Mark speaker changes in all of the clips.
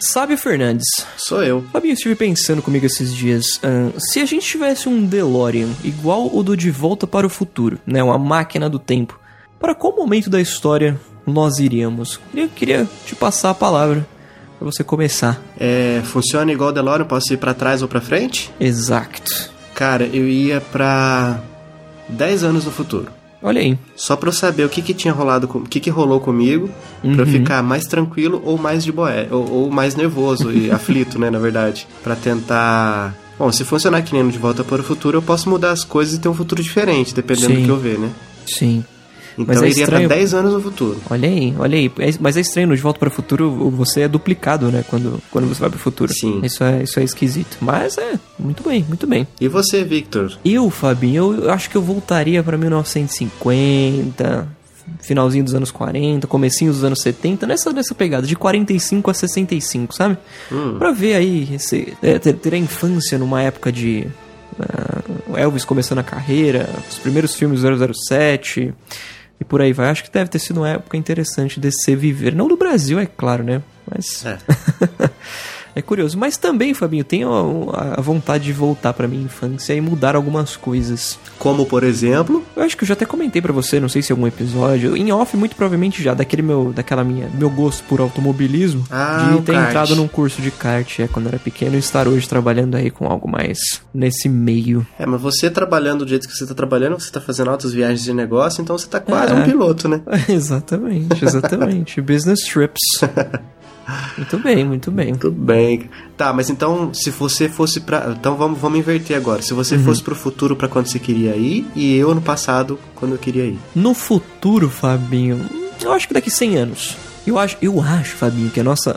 Speaker 1: Sábio Fernandes.
Speaker 2: Sou eu.
Speaker 1: Fabinho, estive pensando comigo esses dias. ahn, se a gente tivesse um DeLorean igual o do De Volta para o Futuro, né? Uma máquina do tempo. Para qual momento da história nós iríamos? Eu queria te passar a palavra para você começar.
Speaker 2: É, funciona igual o DeLorean, posso ir pra trás ou pra frente?
Speaker 1: Exato.
Speaker 2: Cara, eu ia pra 10 anos no futuro.
Speaker 1: Olha aí.
Speaker 2: Só pra eu saber o que que tinha rolado, com- o que que rolou comigo,
Speaker 1: Uhum.
Speaker 2: pra eu ficar mais tranquilo ou mais de boé, ou, ou mais nervoso e aflito, né, na verdade, Pra tentar Bom, se funcionar que nem no De Volta para o Futuro, eu posso mudar as coisas e ter um futuro diferente, dependendo
Speaker 1: Sim.
Speaker 2: do que eu ver, né?
Speaker 1: Sim.
Speaker 2: Então
Speaker 1: Mas é
Speaker 2: eu iria
Speaker 1: estranho.
Speaker 2: pra 10 anos no futuro.
Speaker 1: Olha aí, olha aí. É- mas é estranho, no De Volta para o Futuro você é duplicado, né? Quando, quando você vai para o futuro.
Speaker 2: Sim.
Speaker 1: Isso é, isso é esquisito. Mas é, muito bem, muito bem.
Speaker 2: E você, Victor?
Speaker 1: Eu, Fabinho, eu acho que eu voltaria pra 1950, finalzinho dos anos 40, comecinho dos anos 70, nessa, nessa pegada, de 45 a 65, sabe? Pra ver aí, esse, é, ter, ter a infância numa época de... ah, o Elvis começando a carreira, os primeiros filmes do 007... E por aí vai. Acho que deve ter sido uma época interessante de se viver. Não do Brasil, é claro, né? Mas.
Speaker 2: É.
Speaker 1: É curioso, mas também, Fabinho, tenho a, a vontade de voltar pra minha infância e mudar algumas coisas.
Speaker 2: Como, por exemplo,
Speaker 1: Eu acho que eu já até comentei pra você, não sei se em algum episódio, em off muito provavelmente já, daquele meu, daquela minha, meu gosto por automobilismo,
Speaker 2: Ah,
Speaker 1: de
Speaker 2: o
Speaker 1: ter
Speaker 2: kart.
Speaker 1: entrado num curso de kart é, quando eu era pequeno e estar hoje trabalhando aí com algo mais nesse meio.
Speaker 2: É, mas você trabalhando do jeito que você tá trabalhando, você tá fazendo altas viagens de negócio, então você tá quase
Speaker 1: É.
Speaker 2: um piloto, né?
Speaker 1: exatamente, exatamente. Business trips. Muito bem, muito bem.
Speaker 2: Muito bem. Tá, mas então, se você fosse pra. Então vamos, vamos inverter agora. Se
Speaker 1: Uhum.
Speaker 2: você fosse pro futuro pra quando você queria ir, e eu no passado quando eu queria ir.
Speaker 1: No futuro, Fabinho, eu acho que daqui 100 anos. Eu acho, eu acho, Fabinho, que a nossa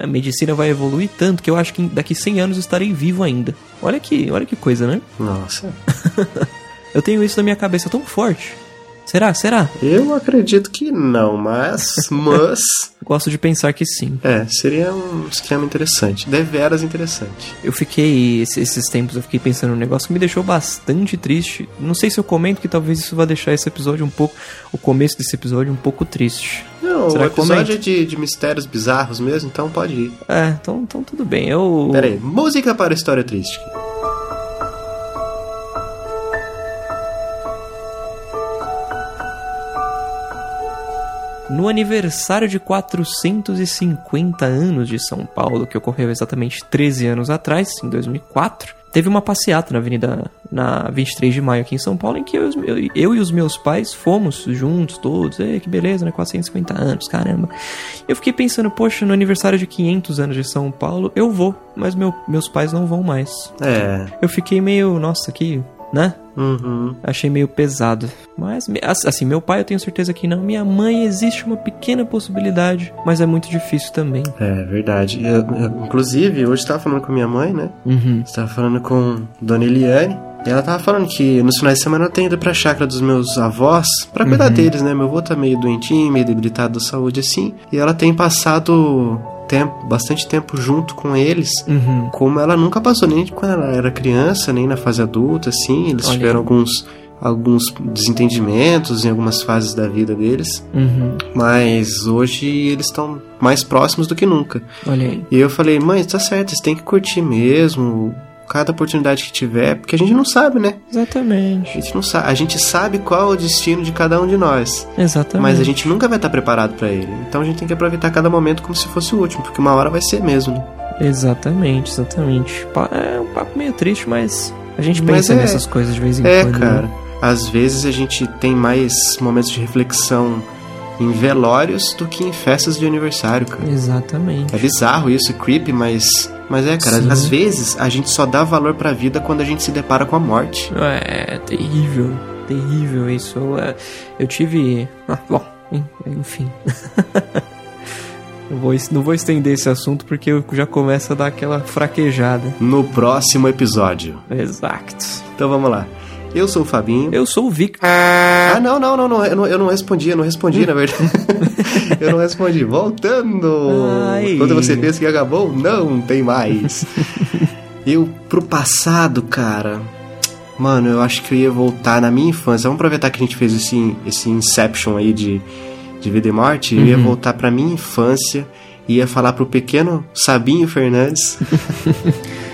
Speaker 1: a medicina vai evoluir tanto que eu acho que daqui 100 anos eu estarei vivo ainda. Olha que, olha que coisa, né?
Speaker 2: Nossa.
Speaker 1: Eu tenho isso na minha cabeça tão forte. Será? Será?
Speaker 2: Eu acredito que não, mas. Mas.
Speaker 1: Gosto de pensar que sim.
Speaker 2: É, seria um esquema interessante. Deveras interessante.
Speaker 1: Eu fiquei, esse- esses tempos, eu fiquei pensando num negócio que me deixou bastante triste. Não sei se eu comento que talvez isso vá deixar esse episódio um pouco, o começo desse episódio um pouco triste.
Speaker 2: Não,
Speaker 1: Será
Speaker 2: o
Speaker 1: que comenta?
Speaker 2: episódio é de, de mistérios bizarros mesmo, então pode ir.
Speaker 1: É, então, então tudo bem. Eu.
Speaker 2: Pera aí, música para história triste.
Speaker 1: No aniversário de 450 anos de São Paulo, que ocorreu exatamente 13 anos atrás, em 2004, teve uma passeata na Avenida na 23 de Maio aqui em São Paulo, em que eu, e os meu- eu e os meus pais fomos juntos todos. Ei, que beleza, né? 450 anos, caramba. Eu fiquei pensando, poxa, no aniversário de 500 anos de São Paulo, eu vou, mas meu- meus pais não vão mais.
Speaker 2: É.
Speaker 1: Eu fiquei meio, nossa, que, né?
Speaker 2: Uhum.
Speaker 1: Achei meio pesado. Mas, me- ass- assim, meu pai eu tenho certeza que não. Minha mãe existe uma pequena possibilidade, mas é muito difícil também.
Speaker 2: É verdade. Eu- eu- inclusive, hoje estava falando com minha mãe, né?
Speaker 1: Uhum.
Speaker 2: Estava falando com Dona Eliane. E ela tava falando que nos finais de semana eu tenho ido pra chácara dos meus avós pra cuidar deles, né? Meu avô tá meio doentinho, meio debilitado da saúde, assim. E ela tem passado tempo, bastante tempo junto com eles.
Speaker 1: Uhum.
Speaker 2: Como ela nunca passou, nem quando ela era criança, nem na fase adulta, assim. Eles
Speaker 1: Olha.
Speaker 2: tiveram alguns, alguns desentendimentos em algumas fases da vida deles.
Speaker 1: Uhum.
Speaker 2: Mas hoje eles estão mais próximos do que nunca.
Speaker 1: Olha aí.
Speaker 2: E eu falei, mãe, tá certo, você tem que curtir mesmo cada oportunidade que tiver, porque a gente não sabe, né? A
Speaker 1: Exatamente.
Speaker 2: gente não sabe, a gente sabe qual é o destino de cada um de nós,
Speaker 1: Exatamente.
Speaker 2: mas a gente nunca vai estar preparado pra ele. Então a gente tem que aproveitar cada momento como se fosse o último, porque uma hora vai ser mesmo. Né?
Speaker 1: Exatamente, exatamente. Pa- É um papo meio triste, mas a gente
Speaker 2: Mas
Speaker 1: pensa
Speaker 2: é-
Speaker 1: nessas coisas de vez em
Speaker 2: É,
Speaker 1: quando. né?
Speaker 2: cara. Às vezes a gente tem mais momentos de reflexão em velórios do que em festas de aniversário, cara.
Speaker 1: Exatamente.
Speaker 2: É bizarro isso, creepy, mas. Mas é, cara,
Speaker 1: Sim.
Speaker 2: às vezes a gente só dá valor pra vida quando a gente se depara com a morte.
Speaker 1: É terrível, terrível isso. Eu, é, eu tive. Ah, bom, en- enfim. não, vou, es- não vou estender esse assunto porque eu já começa a dar aquela fraquejada.
Speaker 2: No próximo episódio.
Speaker 1: Exato.
Speaker 2: Então vamos lá. Eu sou o Fabinho.
Speaker 1: Eu sou o Vic.
Speaker 2: Ah, não, não, não, não, eu não, eu não respondi, eu não respondi, na verdade. eu não respondi. Voltando!
Speaker 1: Ai.
Speaker 2: Quando você pensa que acabou, não tem mais. eu, pro passado, cara. Mano, eu acho que eu ia voltar na minha infância. Vamos aproveitar que a gente fez esse, esse Inception aí de, de Vida e Morte. Eu ia
Speaker 1: Uhum.
Speaker 2: voltar pra minha infância ia falar pro pequeno Sabinho Fernandes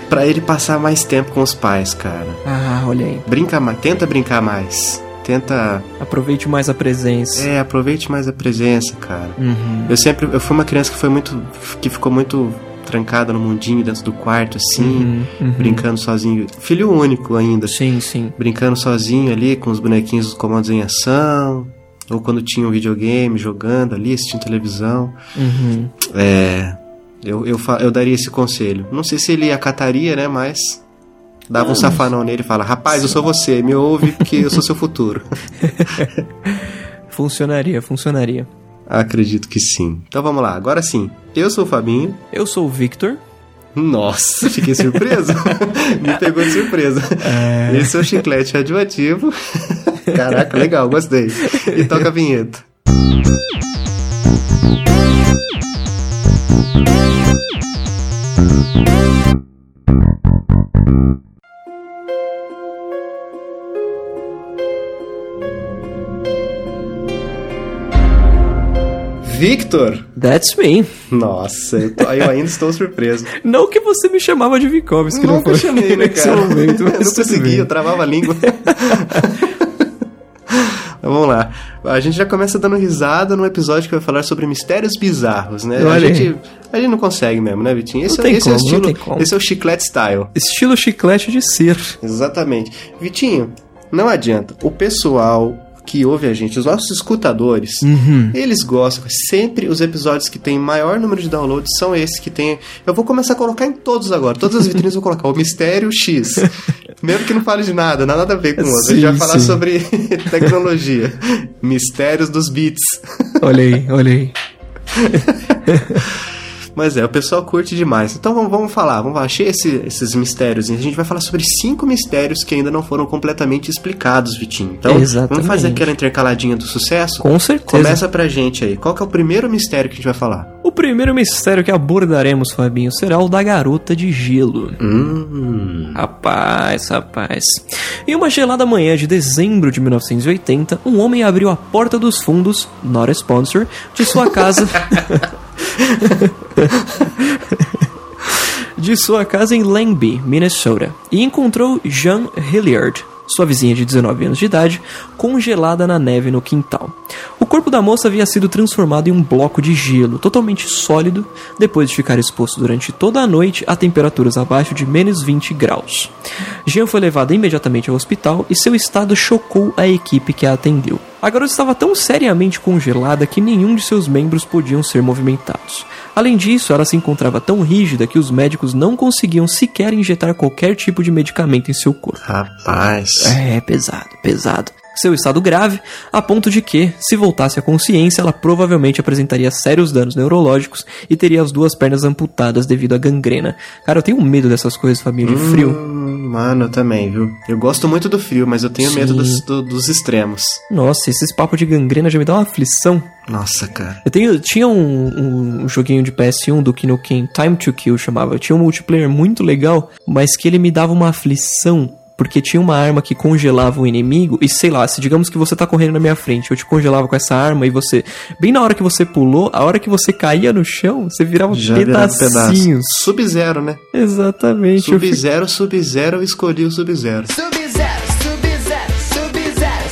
Speaker 2: para ele passar mais tempo com os pais, cara.
Speaker 1: Ah, olha aí.
Speaker 2: Brinca mais, tenta brincar mais. Tenta.
Speaker 1: Aproveite mais a presença.
Speaker 2: É, aproveite mais a presença, cara.
Speaker 1: Uhum.
Speaker 2: Eu sempre. Eu fui uma criança que foi muito. que ficou muito trancada no mundinho, dentro do quarto, assim,
Speaker 1: Uhum, uhum.
Speaker 2: brincando sozinho. Filho único ainda.
Speaker 1: Sim, sim.
Speaker 2: Brincando sozinho ali, com os bonequinhos dos comandos em ação. Ou quando tinha um videogame jogando ali, assistindo televisão.
Speaker 1: Uhum.
Speaker 2: É. Eu, eu, fa- eu daria esse conselho. Não sei se ele acataria, né? Mas. Dava um safanão nele e fala: Rapaz, eu sou você, me ouve porque eu sou seu futuro.
Speaker 1: Funcionaria, funcionaria.
Speaker 2: Acredito que sim. Então vamos lá, agora sim. Eu sou o Fabinho.
Speaker 1: Eu sou o Victor.
Speaker 2: Nossa, fiquei surpreso. me pegou de surpresa. Esse é o chiclete radioativo. Caraca, legal, gostei. E toca a vinheta. Victor!
Speaker 1: That's me.
Speaker 2: Nossa, eu, tô- eu ainda estou surpreso.
Speaker 1: Não que você me chamava de Vikovski, não
Speaker 2: Nunca
Speaker 1: foi?
Speaker 2: chamei, né,
Speaker 1: Nesse
Speaker 2: cara?
Speaker 1: momento,
Speaker 2: eu não
Speaker 1: mas tudo
Speaker 2: consegui,
Speaker 1: bem.
Speaker 2: eu travava a língua. Mas Vamos lá. A gente já começa dando risada num episódio que vai falar sobre mistérios bizarros, né? A
Speaker 1: Olha aí.
Speaker 2: gente, a gente não consegue mesmo, né, Vitinho? Esse,
Speaker 1: Não
Speaker 2: é,
Speaker 1: tem
Speaker 2: esse é o
Speaker 1: como, não
Speaker 2: estilo.
Speaker 1: tem como.
Speaker 2: Esse é o chiclete style.
Speaker 1: Estilo chiclete de ser.
Speaker 2: Exatamente. Vitinho, não adianta. O pessoal que ouve a gente, os nossos escutadores,
Speaker 1: Uhum.
Speaker 2: eles gostam. Sempre os episódios que têm maior número de downloads são esses que tem. Eu vou começar a colocar em todos agora. Todas as vitrines eu vou colocar o Mistério X. Mesmo que não fale de nada, nada a ver com o outro. A gente
Speaker 1: Sim,
Speaker 2: vai falar
Speaker 1: sim.
Speaker 2: sobre tecnologia. Mistérios dos bits.
Speaker 1: Olha aí, olha aí.
Speaker 2: Mas é, o pessoal curte demais. Então vamos, vamos falar, vamos lá. Achei esse- esses mistérios. hein? A gente vai falar sobre cinco mistérios que ainda não foram completamente explicados, Vitinho. Então vamos
Speaker 1: Exatamente.
Speaker 2: fazer aquela intercaladinha do sucesso?
Speaker 1: Com certeza.
Speaker 2: Começa pra gente aí. Qual que é o primeiro mistério que a gente vai falar?
Speaker 1: O primeiro mistério que abordaremos, Fabinho, será o da garota de gelo.
Speaker 2: Hum.
Speaker 1: Rapaz, rapaz. Em uma gelada manhã de dezembro de 1980, um homem abriu a porta dos fundos, not a sponsor, de sua casa. de sua casa em Langby, Minnesota, e encontrou Jean Hilliard, sua vizinha de 19 anos de idade, congelada na neve no quintal. O corpo da moça havia sido transformado em um bloco de gelo totalmente sólido depois de ficar exposto durante toda a noite a temperaturas abaixo de menos 20 graus. Jean foi levado imediatamente ao hospital e seu estado chocou a equipe que a atendeu. A garota estava tão seriamente congelada que nenhum de seus membros podiam ser movimentados. Além disso, ela se encontrava tão rígida que os médicos não conseguiam sequer injetar qualquer tipo de medicamento em seu corpo.
Speaker 2: Rapaz.
Speaker 1: É, pesado, pesado. Seu estado grave, a ponto de que, se voltasse à consciência, ela provavelmente apresentaria sérios danos neurológicos e teria as duas pernas amputadas devido à gangrena. Cara, eu tenho medo dessas coisas, família, de frio.
Speaker 2: Hum, mano, eu também, viu? Eu gosto muito do frio, mas eu tenho
Speaker 1: Sim.
Speaker 2: medo dos, do- dos extremos.
Speaker 1: Nossa, esses papos de gangrena já me dão uma aflição.
Speaker 2: Nossa, cara.
Speaker 1: Eu tenho, tinha um, um joguinho de PS1 do Kinoken, Time to Kill chamava. Tinha um multiplayer muito legal, mas que ele me dava uma aflição. Porque tinha uma arma que congelava o inimigo, e sei lá, se digamos que você tá correndo na minha frente, eu te congelava com essa arma e você. Bem na hora que você pulou, a hora que você caía no chão, você virava
Speaker 2: Já viraram um pedaço.
Speaker 1: pedacinhos.
Speaker 2: Sub-zero, né?
Speaker 1: Exatamente. eu fico-
Speaker 2: Sub-zero, sub-zero, eu escolhi o sub-zero.
Speaker 3: Sub-Zero, Sub-Zero, Sub-Zero,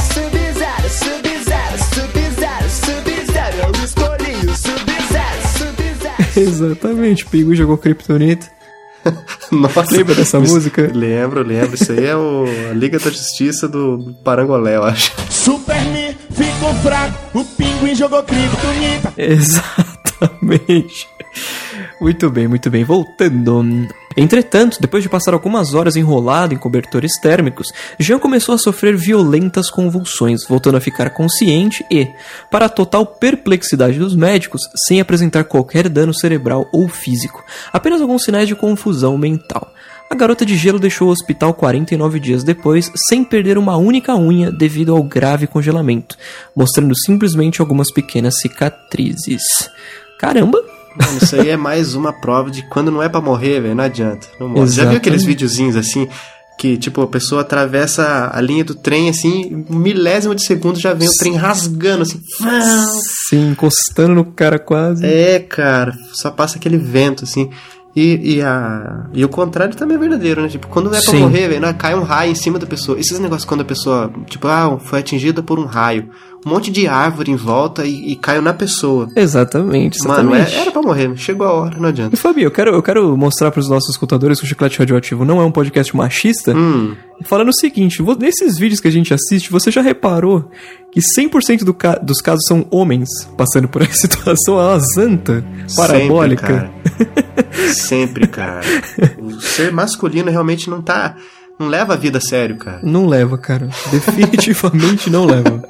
Speaker 3: Sub-Zero, Sub-Zero, Sub-Zero, Sub-Zero, eu escolhi o Sub-Zero, Sub-Zero.
Speaker 1: Exatamente, Pingu jogou Kryptonita.
Speaker 2: Nossa.
Speaker 1: Lembra dessa
Speaker 2: Isso-
Speaker 1: música?
Speaker 2: Lembro, lembro. Isso aí é o, a Liga da Justiça do Parangolé, eu acho.
Speaker 4: Superman ficou fraco, o pinguim jogou criptonita.
Speaker 1: Exatamente. Muito bem, muito bem. Voltando. Entretanto, depois de passar algumas horas enrolado em cobertores térmicos, Jean começou a sofrer violentas convulsões, voltando a ficar consciente e, para a total perplexidade dos médicos, sem apresentar qualquer dano cerebral ou físico, apenas alguns sinais de confusão mental. A garota de gelo deixou o hospital 49 dias depois, sem perder uma única unha devido ao grave congelamento, mostrando simplesmente algumas pequenas cicatrizes. Caramba!
Speaker 2: Mano, isso aí é mais uma prova de quando não é pra morrer, velho, não adianta. Não morre. Já viu
Speaker 1: Exatamente.
Speaker 2: aqueles videozinhos assim? Que, tipo, a pessoa atravessa a linha do trem, assim, em milésimo de segundo já vem o trem rasgando, assim.
Speaker 1: Sim, encostando no cara quase.
Speaker 2: É, cara, só passa aquele vento, assim. E, e, a, e o contrário também é verdadeiro, né? Tipo, quando é pra
Speaker 1: Sim.
Speaker 2: morrer, velho, né, cai um raio em cima da pessoa. Esses negócios quando a pessoa, tipo, ah, foi atingida por um raio. Um monte de árvore em volta e, e caiu na pessoa.
Speaker 1: Exatamente,
Speaker 2: Mano,
Speaker 1: exatamente.
Speaker 2: é- era pra morrer, chegou a hora, não adianta.
Speaker 1: E Fabio, eu quero, eu quero mostrar pros nossos escutadores que o Chiclete Radioativo não é um podcast machista.
Speaker 2: Hum,
Speaker 1: Falando o seguinte, vo- nesses vídeos que a gente assiste, você já reparou que 100% do ca- dos casos são homens passando por essa situação, é uma zanta parabólica.
Speaker 2: Sempre, cara. Sempre, cara. O ser masculino realmente não tá. Não leva a vida a sério, cara.
Speaker 1: Não leva, cara. Definitivamente não leva.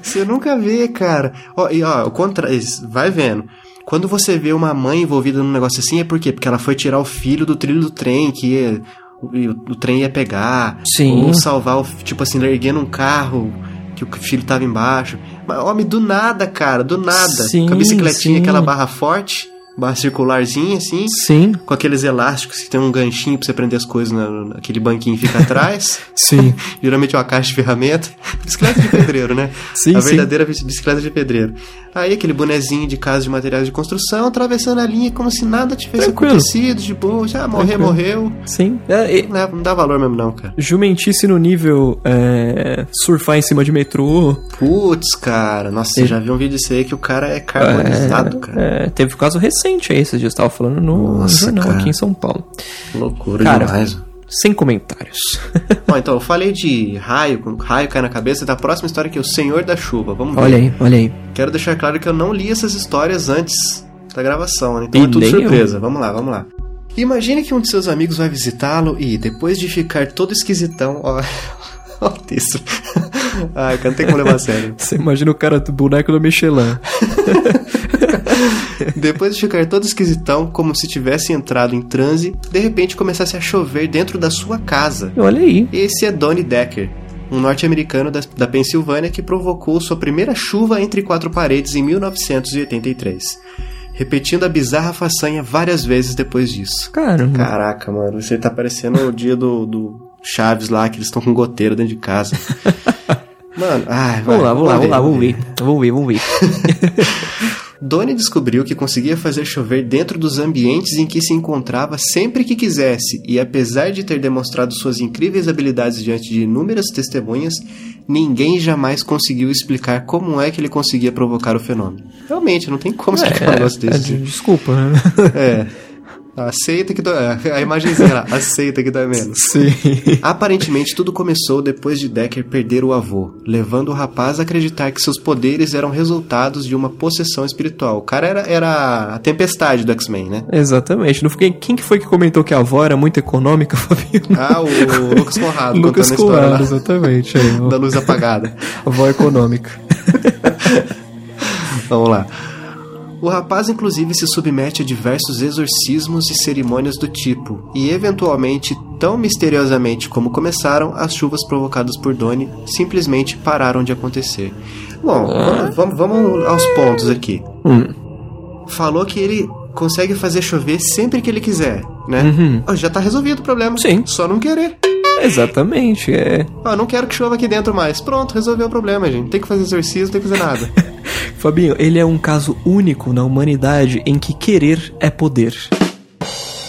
Speaker 2: Você nunca vê, cara. Ó, e ó, o contra... es- vai vendo. Quando você vê uma mãe envolvida num negócio assim, é por quê? Porque ela foi tirar o filho do trilho do trem, que ia- o, e o- o trem ia pegar.
Speaker 1: Sim.
Speaker 2: Ou salvar, o, f- tipo assim, erguendo um carro, que o filho tava embaixo. Mas, homem, do nada, cara, do nada.
Speaker 1: Sim,
Speaker 2: Com a bicicletinha,
Speaker 1: sim.
Speaker 2: aquela barra forte, barra circularzinha, assim.
Speaker 1: Sim,
Speaker 2: Com aqueles elásticos que tem um ganchinho pra você prender as coisas na, naquele banquinho que fica atrás.
Speaker 1: sim.
Speaker 2: Geralmente é uma caixa de ferramenta. Bicicleta de pedreiro, né?
Speaker 1: Sim,
Speaker 2: A
Speaker 1: sim.
Speaker 2: verdadeira bici- bicicleta de pedreiro. Aí aquele bonezinho de casa de materiais de construção, atravessando a linha como se nada tivesse
Speaker 1: Tranquilo.
Speaker 2: acontecido, de boa, já morrer,
Speaker 1: Tranquilo.
Speaker 2: morreu.
Speaker 1: Sim. É, e-
Speaker 2: Não leva- não dá valor mesmo não, cara.
Speaker 1: jumentice no nível é, surfar em cima de metrô.
Speaker 2: Putz, cara. Nossa, você já viu um vídeo disso aí que o cara é
Speaker 1: Tá
Speaker 2: carbonizado, cara.
Speaker 1: É, teve um caso recente aí, esses dias eu tava falando no
Speaker 2: Nossa,
Speaker 1: jornal
Speaker 2: cara.
Speaker 1: aqui em São Paulo.
Speaker 2: Loucura
Speaker 1: Cara.
Speaker 2: demais.
Speaker 1: Sem comentários.
Speaker 2: Bom, então, eu falei de raio, com raio cai na cabeça, da próxima história que é o Senhor da Chuva. Vamos ver.
Speaker 1: olha aí, olha aí.
Speaker 2: Quero deixar claro que eu não li essas histórias antes da gravação, né? Então
Speaker 1: E
Speaker 2: é tudo
Speaker 1: nem eu.
Speaker 2: surpresa. Vamos lá, vamos lá. Imagine que um de seus amigos vai visitá-lo e, depois de ficar todo esquisitão. Ó, ó o texto. Ai, cara, não tem como levar a sério.
Speaker 1: Você imagina o cara do boneco do Michelin.
Speaker 2: Depois de ficar todo esquisitão, como se tivesse entrado em transe, de repente começasse a chover dentro da sua casa.
Speaker 1: Olha aí.
Speaker 2: Esse é Donnie Decker, um norte-americano da, da Pensilvânia que provocou sua primeira chuva entre quatro paredes em 1983, repetindo a bizarra façanha várias vezes depois disso.
Speaker 1: Caramba.
Speaker 2: Caraca, mano, você tá parecendo o dia do, do Chaves lá, que eles estão com goteiro dentro de casa. Mano, ai, vai,
Speaker 1: Vamos lá, vamos lá, vamos lá, vamos ver. Vamos ver, vamos ver.
Speaker 2: Donnie descobriu que conseguia fazer chover dentro dos ambientes em que se encontrava sempre que quisesse, e apesar de ter demonstrado suas incríveis habilidades diante de inúmeras testemunhas, ninguém jamais conseguiu explicar como é que ele conseguia provocar o fenômeno. Realmente, não tem como explicar um negócio
Speaker 1: É,
Speaker 2: desse.
Speaker 1: de- desculpa. né?
Speaker 2: É. Aceita que dói. É, A imagenzinha lá, aceita que dói menos.
Speaker 1: Sim.
Speaker 2: Aparentemente, tudo começou depois de Decker perder o avô, levando o rapaz a acreditar que seus poderes eram resultados de uma possessão espiritual. O cara era, era a tempestade do X-Men, né?
Speaker 1: Exatamente. Não fiquei... Quem que foi que comentou que a avó era muito econômica, Fabinho?
Speaker 2: Ah, o Lucas Conrado
Speaker 1: Lucas
Speaker 2: Ah, contando
Speaker 1: Coelho,
Speaker 2: a história
Speaker 1: exatamente. aí,
Speaker 2: lá,
Speaker 1: ó.
Speaker 2: da luz apagada.
Speaker 1: Avó econômica.
Speaker 2: Vamos lá. O rapaz, inclusive, se submete a diversos exorcismos e cerimônias do tipo, e eventualmente, tão misteriosamente como começaram, as chuvas provocadas por Donnie simplesmente pararam de acontecer. Bom, vamos, vamos aos pontos aqui.
Speaker 1: Hum,
Speaker 2: Falou que ele consegue fazer chover sempre que ele quiser, né? Ó, Já tá resolvido o problema.
Speaker 1: Sim.
Speaker 2: Só não querer.
Speaker 1: Exatamente, é.
Speaker 2: Ó, não quero que chova aqui dentro mais. Pronto, resolveu o problema, gente. Não Tem que fazer exorcismo, não tem que fazer nada.
Speaker 1: Fabinho, ele é um caso único na humanidade em que querer é poder.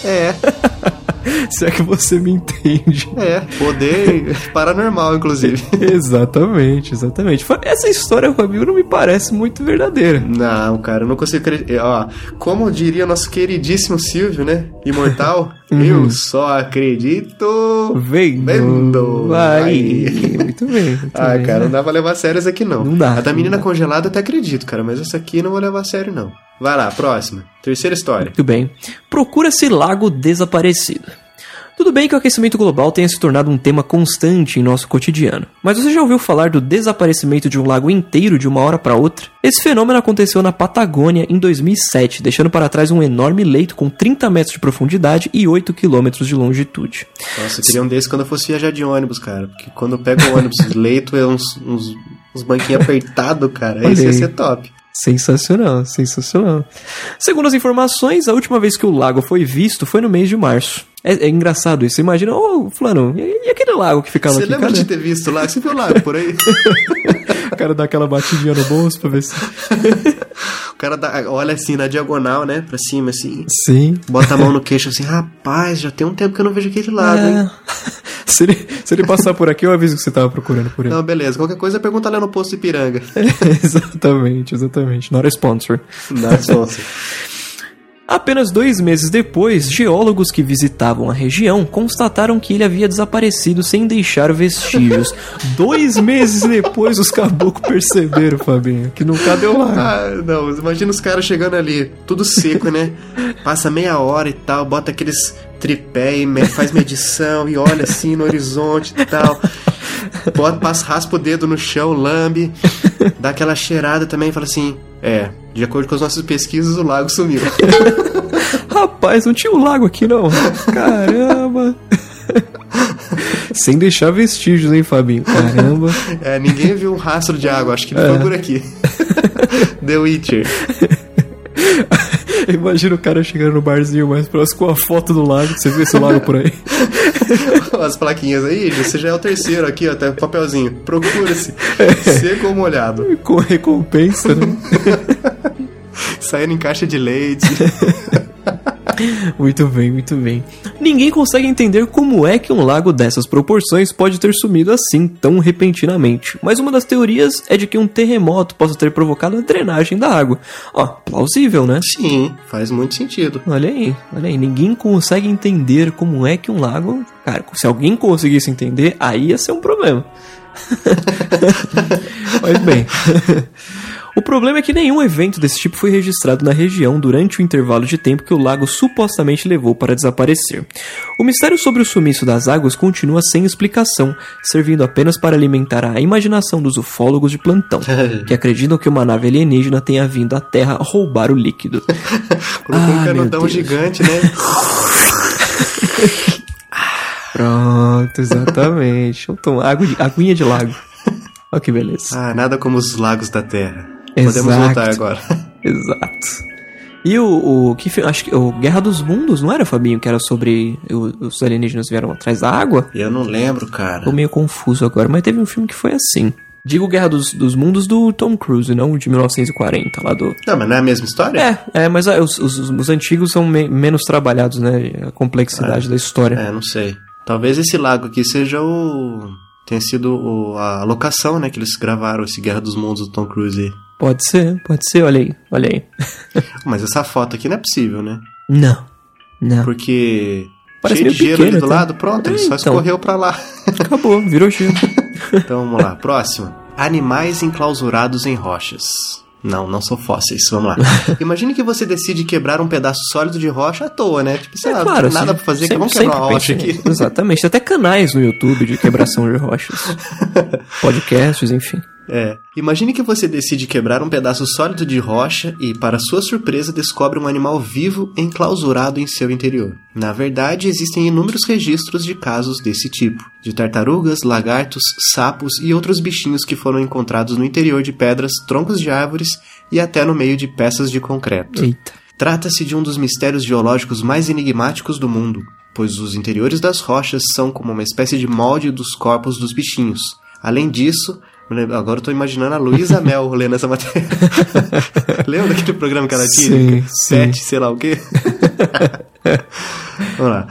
Speaker 2: é.
Speaker 1: Se é que você me entende.
Speaker 2: É, poder paranormal, inclusive.
Speaker 1: exatamente, exatamente. Fa- Essa história, Fabinho, não me parece muito verdadeira.
Speaker 2: Não, cara, eu não consigo acreditar. Ó, como diria nosso queridíssimo Silvio, né? Imortal,
Speaker 1: Uhum.
Speaker 2: eu só acredito.
Speaker 1: Vendo.
Speaker 2: Vendo.
Speaker 1: Aí.
Speaker 2: Aí.
Speaker 1: Muito bem. Muito
Speaker 2: Ah,
Speaker 1: bem.
Speaker 2: cara, não dá pra levar a sério essa aqui, não.
Speaker 1: Não dá,
Speaker 2: A da
Speaker 1: não
Speaker 2: menina
Speaker 1: dá.
Speaker 2: congelada eu até acredito, cara, mas essa aqui eu não vou levar a sério, não. Vai lá, próxima. Terceira história.
Speaker 1: Muito bem. Procura-se lago desaparecido. Tudo bem que o aquecimento global tenha se tornado um tema constante em nosso cotidiano, mas você já ouviu falar do desaparecimento de um lago inteiro de uma hora para outra? Esse fenômeno aconteceu na Patagônia em 2007, deixando para trás um enorme leito com 30 metros de profundidade e 8 quilômetros de longitude.
Speaker 2: Nossa, eu queria um desse quando eu fosse viajar de ônibus, cara. Porque quando eu pego o ônibus leito, é uns, uns, uns banquinhos apertados, cara. Esse ia
Speaker 1: aí.
Speaker 2: ser top.
Speaker 1: Sensacional, sensacional. Segundo as informações, a última vez que o lago foi visto foi no mês de março. É, é engraçado isso. Você Imagina, ô, fulano, e, e aquele lago que ficava
Speaker 2: Você
Speaker 1: aqui?
Speaker 2: lembra
Speaker 1: cadê?
Speaker 2: de ter visto lá? Você viu lá por aí?
Speaker 1: O cara dá aquela batidinha no bolso pra ver se...
Speaker 2: o cara dá- olha assim na diagonal, né? Pra cima, assim.
Speaker 1: Sim.
Speaker 2: Bota a mão no queixo assim, rapaz, já tem um tempo que eu não vejo aquele lago,
Speaker 1: É.
Speaker 2: hein?
Speaker 1: se, ele, se ele passar por aqui, eu aviso que você tava procurando por ele.
Speaker 2: Não, beleza. Qualquer coisa pergunta lá no posto Ipiranga.
Speaker 1: exatamente, exatamente. Not a sponsor.
Speaker 2: Nossa.
Speaker 1: Apenas dois meses depois, geólogos que visitavam a região constataram que ele havia desaparecido sem deixar vestígios. dois meses depois, os caboclos perceberam, Fabinho, que nunca deu lá.
Speaker 2: Ah, não, imagina os caras chegando ali, tudo seco, né? Passa meia hora e tal, bota aqueles tripé e me- faz medição e olha assim no horizonte e tal. Bota, passa, raspa o dedo no chão, lambe, dá aquela cheirada também e fala assim: É, de acordo com as nossas pesquisas, o lago sumiu.
Speaker 1: Rapaz, não tinha um lago aqui, não. Caramba. sem deixar vestígios, hein, Fabinho? Caramba.
Speaker 2: É, ninguém viu um rastro de água, acho que ele foi por aqui. The Witcher.
Speaker 1: Imagina o cara chegando no barzinho mais próximo com a foto do lago. Você viu esse lago por aí?
Speaker 2: As plaquinhas aí, você já é o terceiro aqui, ó, tá um papelzinho. Procura-se. Seco ou molhado.
Speaker 1: Com recompensa, né?
Speaker 2: Saindo em caixa de leite.
Speaker 1: Muito bem, muito bem. Ninguém consegue entender como é que um lago dessas proporções pode ter sumido assim tão repentinamente. Mas uma das teorias é de que um terremoto possa ter provocado a drenagem da água. Ó, plausível, né?
Speaker 2: Sim, faz muito sentido.
Speaker 1: Olha aí, olha aí, ninguém consegue entender como é que um lago. Cara, se alguém conseguisse entender, aí ia ser um problema. Mas bem. O problema é que nenhum evento desse tipo foi registrado na região durante o intervalo de tempo que o lago supostamente levou para desaparecer. O mistério sobre o sumiço das águas continua sem explicação, servindo apenas para alimentar a imaginação dos ufólogos de plantão, que acreditam que uma nave alienígena tenha vindo à Terra roubar o líquido.
Speaker 2: Colocou
Speaker 1: Ah,
Speaker 2: um
Speaker 1: meu
Speaker 2: canudão
Speaker 1: Deus.
Speaker 2: gigante, né?
Speaker 1: Pronto, exatamente. Vamos tomar água de, aguinha de lago. Olha que beleza.
Speaker 2: Ah, nada como os lagos da Terra. Podemos
Speaker 1: Exato.
Speaker 2: voltar agora.
Speaker 1: Exato. E o, o que fi- acho que o Guerra dos Mundos, não era, Fabinho, que era sobre o- os alienígenas vieram atrás da água?
Speaker 2: Eu não lembro, cara.
Speaker 1: Tô meio confuso agora, mas teve um filme que foi assim. Digo Guerra dos, dos Mundos do Tom Cruise, não o de 1940, lá do...
Speaker 2: Não, mas não é a mesma história?
Speaker 1: É, é, mas ah, os, os- os antigos são me- menos trabalhados, né? A complexidade da história.
Speaker 2: É, não sei. Talvez esse lago aqui seja o. tenha sido o- a locação, né? Que eles gravaram esse Guerra dos Mundos do Tom Cruise. aí.
Speaker 1: Pode ser, pode ser, olha aí, olha aí.
Speaker 2: Mas essa foto aqui não é possível, né?
Speaker 1: Não, não.
Speaker 2: Porque.
Speaker 1: Parece
Speaker 2: cheio de
Speaker 1: meio
Speaker 2: gelo
Speaker 1: pequeno,
Speaker 2: ali do
Speaker 1: até.
Speaker 2: lado, pronto, ele
Speaker 1: É,
Speaker 2: só
Speaker 1: então.
Speaker 2: escorreu pra lá.
Speaker 1: Acabou, virou giro.
Speaker 2: Então vamos lá, próxima. Animais enclausurados em rochas. Não, não são fósseis, vamos lá. Imagine que você decide quebrar um pedaço sólido de rocha à toa, né? Tipo, sei lá, não tem nada
Speaker 1: sim.
Speaker 2: pra fazer,
Speaker 1: É assim, Sempre-
Speaker 2: vamos quebrar
Speaker 1: sempre
Speaker 2: uma rocha
Speaker 1: pensei
Speaker 2: aqui.
Speaker 1: nisso. Exatamente. Tem até canais no YouTube de quebração de rochas. Podcasts, enfim.
Speaker 2: É. Imagine que você decide quebrar um pedaço sólido de rocha e, para sua surpresa, descobre um animal vivo enclausurado em seu interior. Na verdade, existem inúmeros registros de casos desse tipo, de tartarugas, lagartos, sapos e outros bichinhos que foram encontrados no interior de pedras, troncos de árvores e até no meio de peças de concreto.
Speaker 1: Eita.
Speaker 2: Trata-se de um dos mistérios geológicos mais enigmáticos do mundo, pois os interiores das rochas são como uma espécie de molde dos corpos dos bichinhos. Além disso, eu lembro- agora eu tô imaginando a Luísa Mel lendo essa matéria. Lembra daquele programa que ela tinha?
Speaker 1: Sim,
Speaker 2: Sete, sei lá o quê? Vamos lá.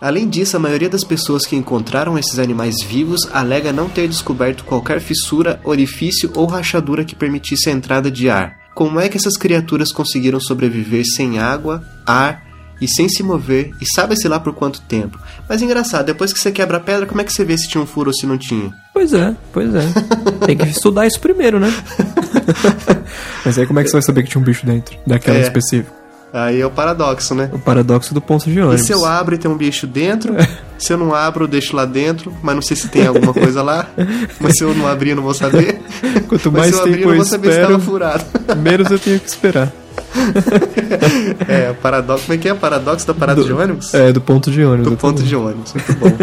Speaker 2: Além disso, a maioria das pessoas que encontraram esses animais vivos alega não ter descoberto qualquer fissura, orifício ou rachadura que permitisse a entrada de ar. Como é que essas criaturas conseguiram sobreviver sem água, ar e sem se mover e sabe-se lá por quanto tempo? Mas engraçado, depois que você quebra a pedra, como é que você vê se tinha um furo ou se não tinha?
Speaker 1: Pois é, pois é. Tem que estudar isso primeiro, né?
Speaker 5: Mas aí como é que você vai saber que tinha um bicho dentro? Daquela
Speaker 2: É.
Speaker 5: específica.
Speaker 2: Aí é o paradoxo, né?
Speaker 1: O paradoxo do ponto de
Speaker 2: E
Speaker 1: ônibus.
Speaker 2: se eu abro e tem um bicho dentro? Se eu não abro, eu deixo lá dentro, mas não sei se tem alguma coisa lá. Mas se eu não abrir, eu não vou saber.
Speaker 5: Quanto
Speaker 2: Mas
Speaker 5: mais
Speaker 2: se eu abrir,
Speaker 5: tempo
Speaker 2: eu
Speaker 5: eu
Speaker 2: não vou saber se tá tava
Speaker 5: espero,
Speaker 2: furado.
Speaker 5: menos eu tenho que esperar.
Speaker 2: É, o paradoxo. Como é que é? O paradoxo da parada de ônibus?
Speaker 5: É, do ponto de ônibus.
Speaker 2: Do
Speaker 5: eu tô
Speaker 2: ponto
Speaker 5: vendo.
Speaker 2: de ônibus. Muito bom.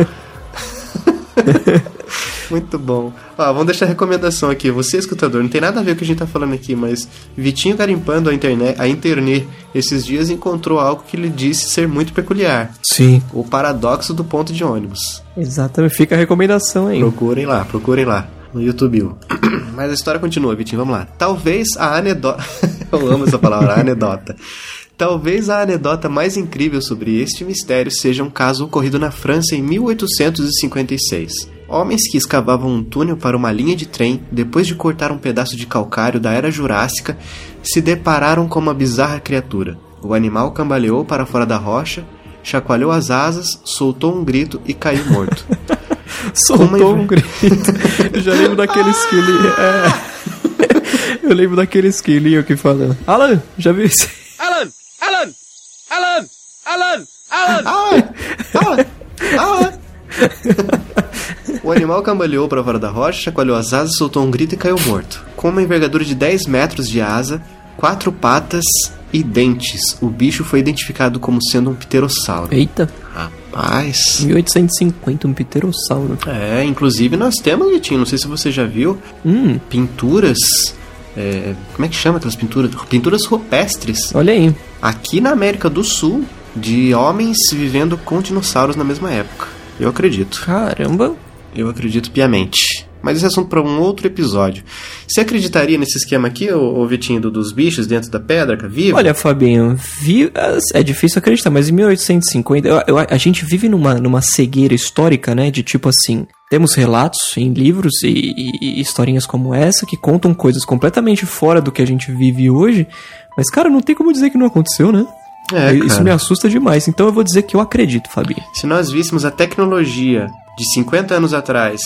Speaker 2: Muito bom. Ó, vamos deixar a recomendação aqui. Você, escutador, não tem nada a ver com o que a gente tá falando aqui, mas Vitinho garimpando a internet, a internet esses dias encontrou algo que lhe disse ser muito peculiar.
Speaker 5: Sim.
Speaker 2: O paradoxo do ponto de ônibus.
Speaker 1: Exatamente, fica a recomendação aí.
Speaker 2: Procurem lá, procurem lá. No YouTube. Mas a história continua, Vitinho, vamos lá. Talvez a anedota. Eu amo essa palavra, anedota. Talvez a anedota mais incrível sobre este mistério seja um caso ocorrido na França em 1856. Homens que escavavam um túnel para uma linha de trem, depois de cortar um pedaço de calcário da era jurássica, se depararam com uma bizarra criatura. O animal cambaleou para fora da rocha, chacoalhou as asas, soltou um grito e caiu morto.
Speaker 1: Soltou
Speaker 2: Uma-
Speaker 1: um grito. Eu já lembro daqueles que ele. É... Eu lembro daquele esquilinho que fala. Alan, já viu isso?
Speaker 2: Ah, ah, ah. O animal cambaleou para fora da rocha, chacoalhou as asas, soltou um grito e caiu morto. Com uma envergadura de 10 metros de asa, quatro patas e dentes, o bicho foi identificado como sendo um pterossauro.
Speaker 1: Eita,
Speaker 2: Rapaz.
Speaker 1: 1850, um pterossauro.
Speaker 2: É, inclusive nós temos, Vitinho, não sei se você já viu,
Speaker 1: Hum,
Speaker 2: pinturas. é, como é que chama aquelas pinturas? Pinturas rupestres.
Speaker 1: olha aí.
Speaker 2: Aqui na América do Sul, de homens vivendo com dinossauros na mesma época. Eu acredito.
Speaker 1: Caramba.
Speaker 2: Eu acredito piamente. Mas esse é assunto para um outro episódio. Você acreditaria nesse esquema aqui, ô, ô Vitinho, do- dos bichos dentro da pedra, é cara, viva?
Speaker 1: Olha, Fabinho, vi- é difícil acreditar, mas em 1850, eu- eu- a gente vive numa, numa cegueira histórica, né? De tipo assim, temos relatos em livros e, e- e historinhas como essa que contam coisas completamente fora do que a gente vive hoje, mas, cara, não tem como dizer que não aconteceu, né?
Speaker 2: É,
Speaker 1: Isso
Speaker 2: cara.
Speaker 1: me assusta demais, então eu vou dizer que eu acredito, Fabinho.
Speaker 2: Se nós víssemos a tecnologia de 50 anos atrás,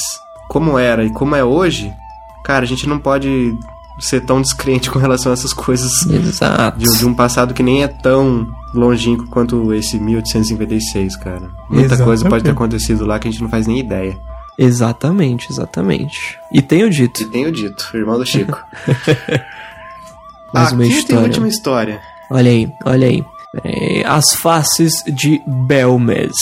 Speaker 2: como era e como é hoje, cara, a gente não pode ser tão descrente com relação a essas coisas
Speaker 1: Exato.
Speaker 2: de, de um passado que nem é tão longínquo quanto esse 1856, cara. Muita coisa pode ter acontecido lá que a gente não faz nem ideia.
Speaker 1: Exatamente, exatamente. E tenho dito.
Speaker 2: Tenho dito, irmão do Chico.
Speaker 1: Mais
Speaker 2: a
Speaker 1: uma
Speaker 2: quinta
Speaker 1: história.
Speaker 2: e última história.
Speaker 1: Olha aí, olha aí. É, As faces de Belmes.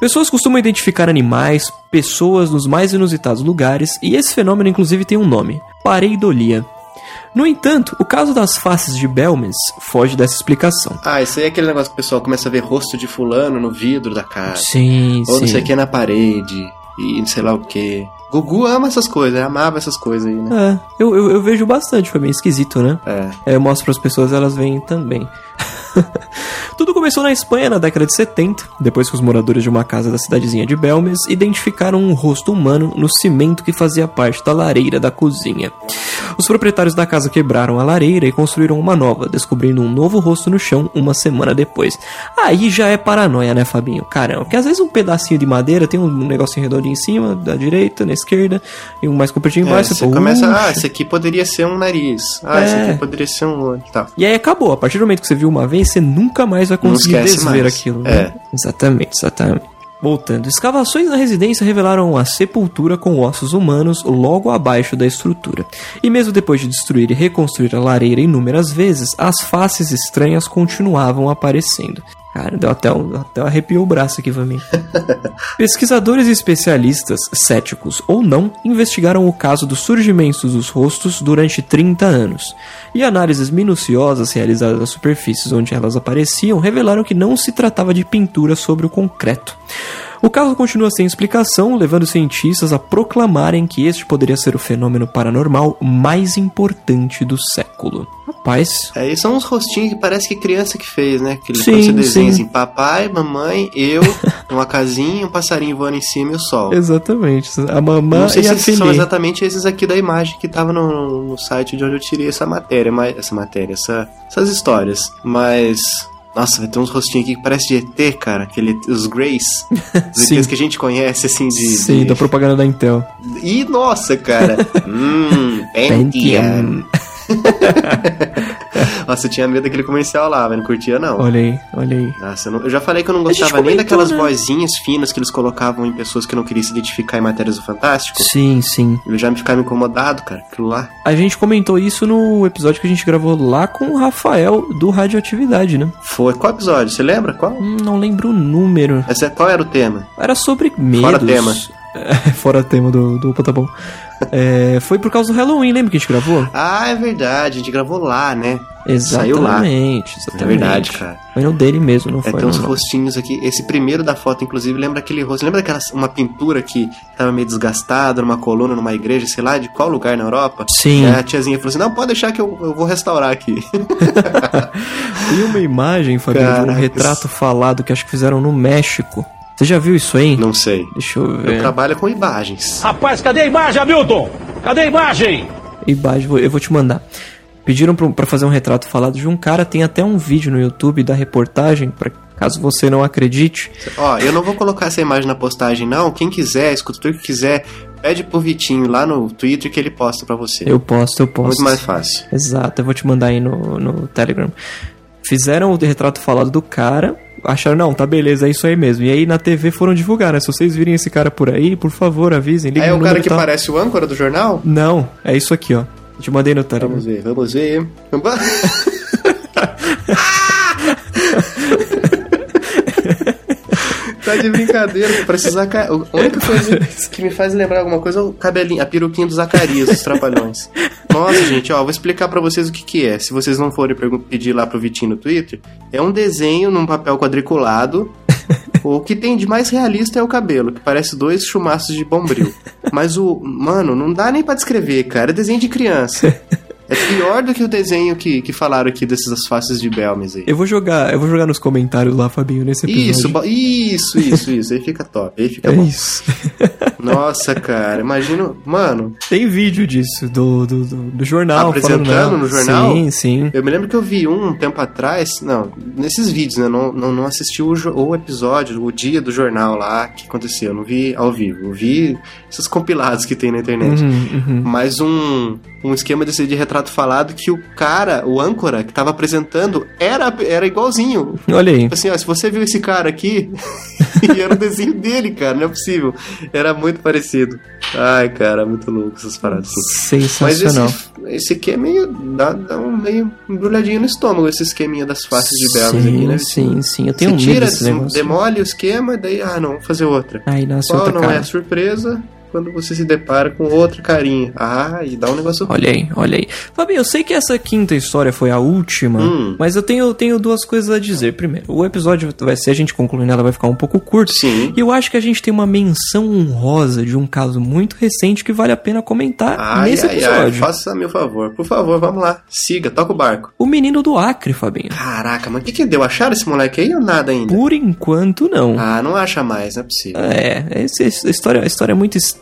Speaker 1: Pessoas costumam identificar animais, pessoas nos mais inusitados lugares, e esse fenômeno inclusive tem um nome: pareidolia. No entanto, o caso das faces de Belmes foge dessa explicação.
Speaker 2: Ah, isso aí é aquele negócio que o pessoal começa a ver rosto de fulano no vidro da casa.
Speaker 1: Sim,
Speaker 2: Ou não sei o que na parede. E não sei lá o que. Gugu ama essas coisas, amava essas coisas aí, né?
Speaker 1: É, eu, eu, eu vejo bastante, foi meio esquisito, né?
Speaker 2: É.
Speaker 1: É, eu mostro para as pessoas, elas vêm também. Tudo começou na Espanha na década de 70, depois que os moradores de uma casa da cidadezinha de Belmes identificaram um rosto humano no cimento que fazia parte da lareira da cozinha. Os proprietários da casa quebraram a lareira e construíram uma nova, descobrindo um novo rosto no chão uma semana depois. Aí já é paranoia, né, Fabinho? Caramba, porque às vezes um pedacinho de madeira tem um negocinho redondinho em cima, da direita, na esquerda, e um mais compridinho
Speaker 2: É,
Speaker 1: embaixo. uh,
Speaker 2: você
Speaker 1: fala,
Speaker 2: começa,
Speaker 1: "Uxa".
Speaker 2: ah, esse aqui poderia ser um nariz. Ah, esse
Speaker 1: É.
Speaker 2: aqui poderia ser um olho e tal.
Speaker 1: E aí acabou. A partir do momento que você viu uma vez, você nunca mais vai conseguir
Speaker 2: esquece
Speaker 1: desver
Speaker 2: mais.
Speaker 1: aquilo.
Speaker 2: É.
Speaker 1: Né? Exatamente, exatamente. Voltando, escavações na residência revelaram a sepultura com ossos humanos logo abaixo da estrutura. E mesmo depois de destruir e reconstruir a lareira inúmeras vezes, as faces estranhas continuavam aparecendo. Cara, deu até um, até um arrepiou o braço aqui pra mim. Pesquisadores e especialistas, céticos ou não, investigaram o caso dos surgimentos dos rostos durante 30 anos. E análises minuciosas realizadas nas superfícies onde elas apareciam revelaram que não se tratava de pintura sobre o concreto. O caso continua sem explicação, levando cientistas a proclamarem que este poderia ser o fenômeno paranormal mais importante do século. Rapaz,
Speaker 2: Aí É, são uns rostinhos que parece que criança que fez, né? Aquele
Speaker 1: Sim,
Speaker 2: quando você desenha
Speaker 1: sim.
Speaker 2: assim, papai, mamãe, eu, uma casinha, um passarinho voando em cima e o sol.
Speaker 1: exatamente. A mamã
Speaker 2: Não sei
Speaker 1: e
Speaker 2: se
Speaker 1: a
Speaker 2: esses são
Speaker 1: filhinha.
Speaker 2: exatamente esses aqui da imagem que tava no, no site de onde eu tirei essa matéria, mas essa matéria, essa- essas histórias. Mas. Nossa, vai ter uns rostinhos aqui que parece de ET, cara. Aquele, os Greys. Os
Speaker 1: Sim.
Speaker 2: ETs que a gente conhece, assim, de.
Speaker 1: Sim,
Speaker 2: de-
Speaker 1: da propaganda da Intel.
Speaker 2: Ih, nossa, cara. hum, Pentium.
Speaker 1: Pentium.
Speaker 2: Nossa, eu tinha medo daquele comercial lá, mas não curtia, não.
Speaker 1: Olha aí, olha aí.
Speaker 2: Nossa, eu, não- eu já falei que eu não
Speaker 1: A gente
Speaker 2: gostava nem
Speaker 1: comentou,
Speaker 2: daquelas
Speaker 1: né?
Speaker 2: vozinhas finas que eles colocavam em pessoas que não queriam se identificar em matérias do Fantástico.
Speaker 1: Sim, sim.
Speaker 2: Eu já me ficava incomodado, cara, aquilo lá.
Speaker 1: A gente comentou isso no episódio que a gente gravou lá com o Rafael do Radioatividade, né?
Speaker 2: Foi. Qual episódio? Você lembra? Qual?
Speaker 1: Hum, Não lembro o número.
Speaker 2: Essa, qual era o tema?
Speaker 1: Era sobre medos. É,
Speaker 2: Fora tema.
Speaker 1: Fora tema do, do Opa, tá bom. É, foi por causa do Halloween, lembra que a gente gravou?
Speaker 2: Ah, é verdade, a gente gravou lá, né? Saiu lá.
Speaker 1: Exatamente, exatamente.
Speaker 2: É verdade, cara.
Speaker 1: Mas não dele mesmo, não
Speaker 2: É,
Speaker 1: foi.
Speaker 2: tem
Speaker 1: Não,
Speaker 2: uns
Speaker 1: não.
Speaker 2: rostinhos aqui. Esse primeiro da foto, inclusive, lembra aquele rosto. Lembra daquela uma pintura que tava meio desgastada numa coluna, numa igreja, sei lá, de qual lugar na Europa?
Speaker 1: Sim.
Speaker 2: É, a tiazinha falou assim: não, pode deixar que eu, eu vou restaurar aqui.
Speaker 1: E uma imagem, Fabinho, de um
Speaker 2: Caraca.
Speaker 1: retrato falado que acho que fizeram no México. Você já viu isso aí?
Speaker 2: não sei.
Speaker 1: Deixa eu
Speaker 2: Eu
Speaker 1: ver.
Speaker 2: trabalho com imagens.
Speaker 6: Rapaz, cadê a imagem, Hamilton? Cadê a imagem?
Speaker 1: E baixo, eu vou te mandar. Pediram pra- pra fazer um retrato falado de um cara, tem até um vídeo no YouTube da reportagem, pra, caso você não acredite.
Speaker 2: Ó, eu não vou colocar essa imagem na postagem, não. Quem quiser, escuta que quiser, pede pro Vitinho lá no Twitter que ele posta pra você.
Speaker 1: Eu posto, eu posto.
Speaker 2: Muito mais fácil.
Speaker 1: Exato, eu vou te mandar aí no, no Telegram. Fizeram o retrato falado do cara, acharam, não, tá beleza, é isso aí mesmo. E aí na TV foram divulgar, né? Se vocês virem esse cara por aí, por favor, avisem. liguem
Speaker 2: É
Speaker 1: no
Speaker 2: o cara
Speaker 1: número
Speaker 2: que
Speaker 1: tal.
Speaker 2: parece o âncora do jornal?
Speaker 1: Não, é isso aqui, ó. Eu te mandei no Telegram.
Speaker 2: Vamos ver, vamos ver. tá de brincadeira, parece Zaca... A única coisa que me faz lembrar alguma coisa é o cabelinho, a peruquinha do Zacarias, dos Trapalhões. Nossa, gente, ó, vou explicar pra vocês o que que é. Se vocês não forem pergun- pedir lá pro Vitinho no Twitter, é um desenho num papel quadriculado. O que tem de mais realista é o cabelo, que parece dois chumaços de bombril. Mas o. Mano, não dá nem pra descrever, cara. É desenho de criança. É pior do que o desenho que, que falaram aqui dessas faces de Belmes aí.
Speaker 1: Eu vou jogar, eu vou jogar nos comentários lá, Fabinho, nesse episódio.
Speaker 2: Isso, bo- isso, isso, isso. Aí fica top. Aí fica
Speaker 1: é
Speaker 2: bom.
Speaker 1: isso.
Speaker 2: Nossa, cara, imagina. Mano,
Speaker 1: Tem vídeo disso, do, do, do, do jornal.
Speaker 2: Apresentando
Speaker 1: falando, né?
Speaker 2: no jornal?
Speaker 1: Sim, sim.
Speaker 2: eu me lembro que eu vi um tempo atrás. Não, nesses vídeos, né? Não, não, não assisti o, jo- o episódio, o dia do jornal lá que aconteceu. Eu não vi ao vivo. Eu vi esses compilados que tem na internet.
Speaker 1: Uhum, uhum.
Speaker 2: Mas um, um esquema desse de retrato falado que o cara, o âncora, que tava apresentando, era, era igualzinho.
Speaker 1: Olha aí.
Speaker 2: Tipo assim, ó, se você viu esse cara aqui, e era o desenho dele, cara, não é possível. Era muito parecido. Ai, cara, muito louco essas paradas. assim. Mas esse,
Speaker 1: Sensacional.
Speaker 2: esse aqui é meio. dá, dá um meio embrulhadinho no estômago, esse esqueminha das faces de belos
Speaker 1: sim,
Speaker 2: aqui, né?
Speaker 1: Sim, sim. Eu tenho
Speaker 2: você
Speaker 1: um medo
Speaker 2: tira,
Speaker 1: desse
Speaker 2: des-
Speaker 1: negócio.
Speaker 2: demole o esquema, daí, ah, não, vou fazer outra.
Speaker 1: Aí nasce
Speaker 2: Qual
Speaker 1: outra
Speaker 2: não
Speaker 1: cara.
Speaker 2: é a surpresa quando você se depara com outra carinha? Ah, e dá um negócio
Speaker 1: Olha aí, olha aí. Fabinho, eu sei que essa quinta história foi a última,
Speaker 2: Hum.
Speaker 1: mas eu tenho, eu tenho duas coisas a dizer. Primeiro, o episódio vai ser, a gente concluindo, ela vai ficar um pouco curto.
Speaker 2: Sim.
Speaker 1: E eu acho que a gente tem uma menção honrosa de um caso muito recente que vale a pena comentar
Speaker 2: Ai,
Speaker 1: nesse
Speaker 2: ai, ai,
Speaker 1: episódio.
Speaker 2: faça meu favor. Por favor, vamos lá. Siga, toca o barco.
Speaker 1: o menino do Acre, Fabinho.
Speaker 2: Caraca, mas o que, que deu? Acharam esse moleque aí ou nada ainda?
Speaker 1: Por enquanto, não.
Speaker 2: Ah, não acha mais, não é possível.
Speaker 1: É, esse- essa história, a história é muito estranha.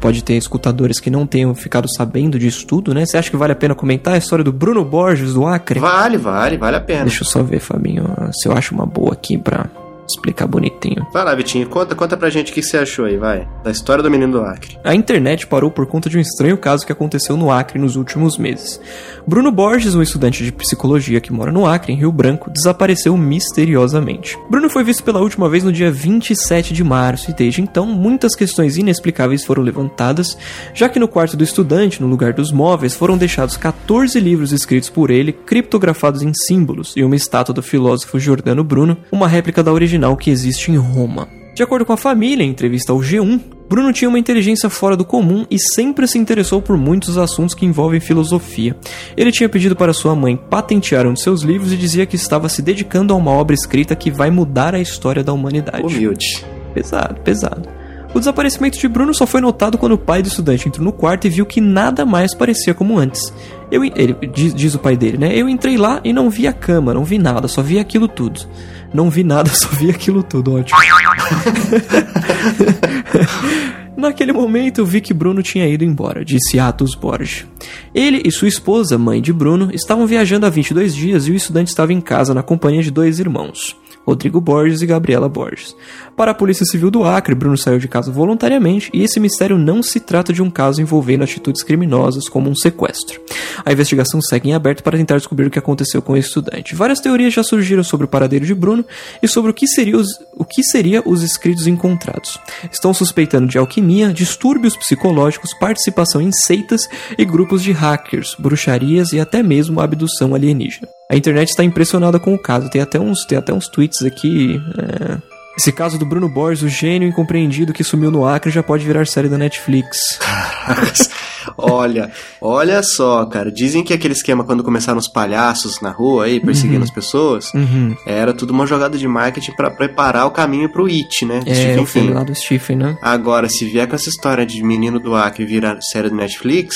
Speaker 1: Pode ter escutadores que não tenham ficado sabendo disso tudo, né? Você acha que vale a pena comentar a história do Bruno Borges do Acre?
Speaker 2: Vale, vale, vale a pena.
Speaker 1: Deixa eu só ver, Fabinho, se eu acho uma boa aqui pra explicar bonitinho.
Speaker 2: Vai lá, Vitinho, conta, conta pra gente o que você achou aí, vai. Da história do menino do Acre.
Speaker 1: A internet parou por conta de um estranho caso que aconteceu no Acre nos últimos meses. Bruno Borges, um estudante de psicologia que mora no Acre, em Rio Branco, desapareceu misteriosamente. Bruno foi visto pela última vez no dia 27 de março e desde então muitas questões inexplicáveis foram levantadas, já que no quarto do estudante, no lugar dos móveis, foram deixados 14 livros escritos por ele, criptografados em símbolos, e uma estátua do filósofo Giordano Bruno, uma réplica da original que existe em Roma. De acordo com a família, em entrevista ao G1, Bruno tinha uma inteligência fora do comum e sempre se interessou por muitos assuntos que envolvem filosofia. Ele tinha pedido para sua mãe patentear um de seus livros e dizia que estava se dedicando a uma obra escrita que vai mudar a história da humanidade.
Speaker 2: Humilde.
Speaker 1: Pesado, pesado. O desaparecimento de Bruno só foi notado quando o pai do estudante entrou no quarto e viu que nada mais parecia como antes. Eu, en- ele diz, diz o pai dele, né? Eu entrei lá e não vi a cama, não vi nada, só vi aquilo tudo. Não vi nada, só vi aquilo tudo, ótimo. Naquele momento, eu vi que Bruno tinha ido embora, disse Atos Borges. Ele e sua esposa, mãe de Bruno, estavam viajando há 22 dias e o estudante estava em casa na companhia de dois irmãos, Rodrigo Borges e Gabriela Borges. Para a Polícia Civil do Acre, Bruno saiu de casa voluntariamente e esse mistério não se trata de um caso envolvendo atitudes criminosas como um sequestro. A investigação segue em aberto para tentar descobrir o que aconteceu com o estudante. Várias teorias já surgiram sobre o paradeiro de Bruno e sobre o que seria os, o que seria os escritos encontrados. Estão suspeitando de alquimia, distúrbios psicológicos, participação em seitas e grupos de hackers, bruxarias e até mesmo abdução alienígena. A internet está impressionada com o caso. Tem até uns, tem até uns tweets aqui. é, Esse caso do Bruno Borges, o gênio incompreendido que sumiu no Acre, já pode virar série da Netflix.
Speaker 2: Ah, olha, olha só, cara. Dizem que aquele esquema quando começaram os palhaços na rua aí,
Speaker 1: Uhum.
Speaker 2: perseguindo as pessoas, era tudo uma jogada de marketing pra preparar o caminho pro It, né? do
Speaker 1: É,
Speaker 2: Stephen
Speaker 1: o filme
Speaker 2: King.
Speaker 1: lá do Stephen, né?
Speaker 2: Agora, se vier com essa história de menino do Acre virar série do Netflix,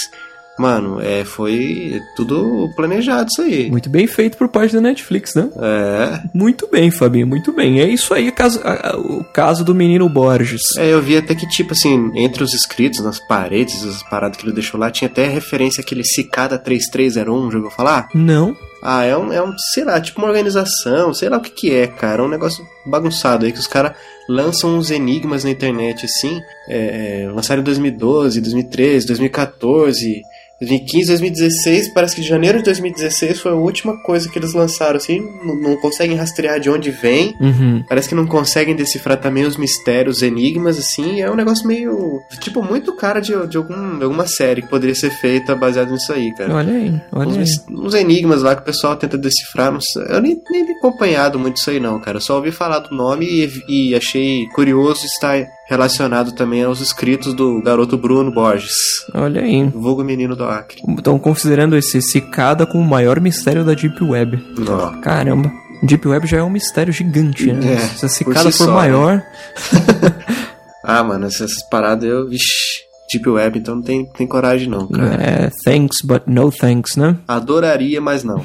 Speaker 2: mano, é, foi tudo planejado isso aí.
Speaker 1: Muito bem feito por parte da Netflix, né?
Speaker 2: É.
Speaker 1: Muito bem, Fabinho, muito bem. É isso aí, caso- a- a- o caso do menino Borges.
Speaker 2: É, eu vi até que, tipo assim, entre os escritos, nas paredes, as paradas que ele deixou lá, tinha até referência àquele Cicada 3301, já ouviu falar?
Speaker 1: Não.
Speaker 2: Ah, é um, é um, sei lá, tipo uma organização, sei lá o que que é, cara. É um negócio bagunçado aí que os caras lançam uns enigmas na internet, assim. É, é, lançaram em 2012, 2013, 2014, 2015, 2016. Parece que de janeiro de 2016 foi a última coisa que eles lançaram, assim. n- Não conseguem rastrear de onde vem.
Speaker 1: Uhum.
Speaker 2: Parece que não conseguem decifrar também os mistérios, os enigmas, assim. É um negócio meio. Tipo, muito cara de, de algum, de alguma série que poderia ser feita baseado nisso aí, cara.
Speaker 1: Olha aí, olha
Speaker 2: Uns,
Speaker 1: aí.
Speaker 2: mis- uns enigmas lá que o pessoal tenta decifrar. não sei- eu nem, nem tenho acompanhado muito isso aí, não, cara. Eu só ouvi falar do nome e, e achei curioso estar relacionado também aos escritos do garoto Bruno Borges,
Speaker 1: Olha aí.
Speaker 2: vulgo menino do Acre.
Speaker 1: Então, considerando esse cicada como o maior mistério da Deep Web.
Speaker 2: Ó.
Speaker 1: Caramba. Deep Web já é um mistério gigante, né?
Speaker 2: É,
Speaker 1: Se a
Speaker 2: por
Speaker 1: cicada
Speaker 2: si
Speaker 1: for
Speaker 2: só,
Speaker 1: maior,
Speaker 2: Ah, mano, essas paradas eu. Vixi, Deep Web, então não tem, tem coragem, não, cara.
Speaker 1: é thanks, but no thanks, né?
Speaker 2: Adoraria, mas não.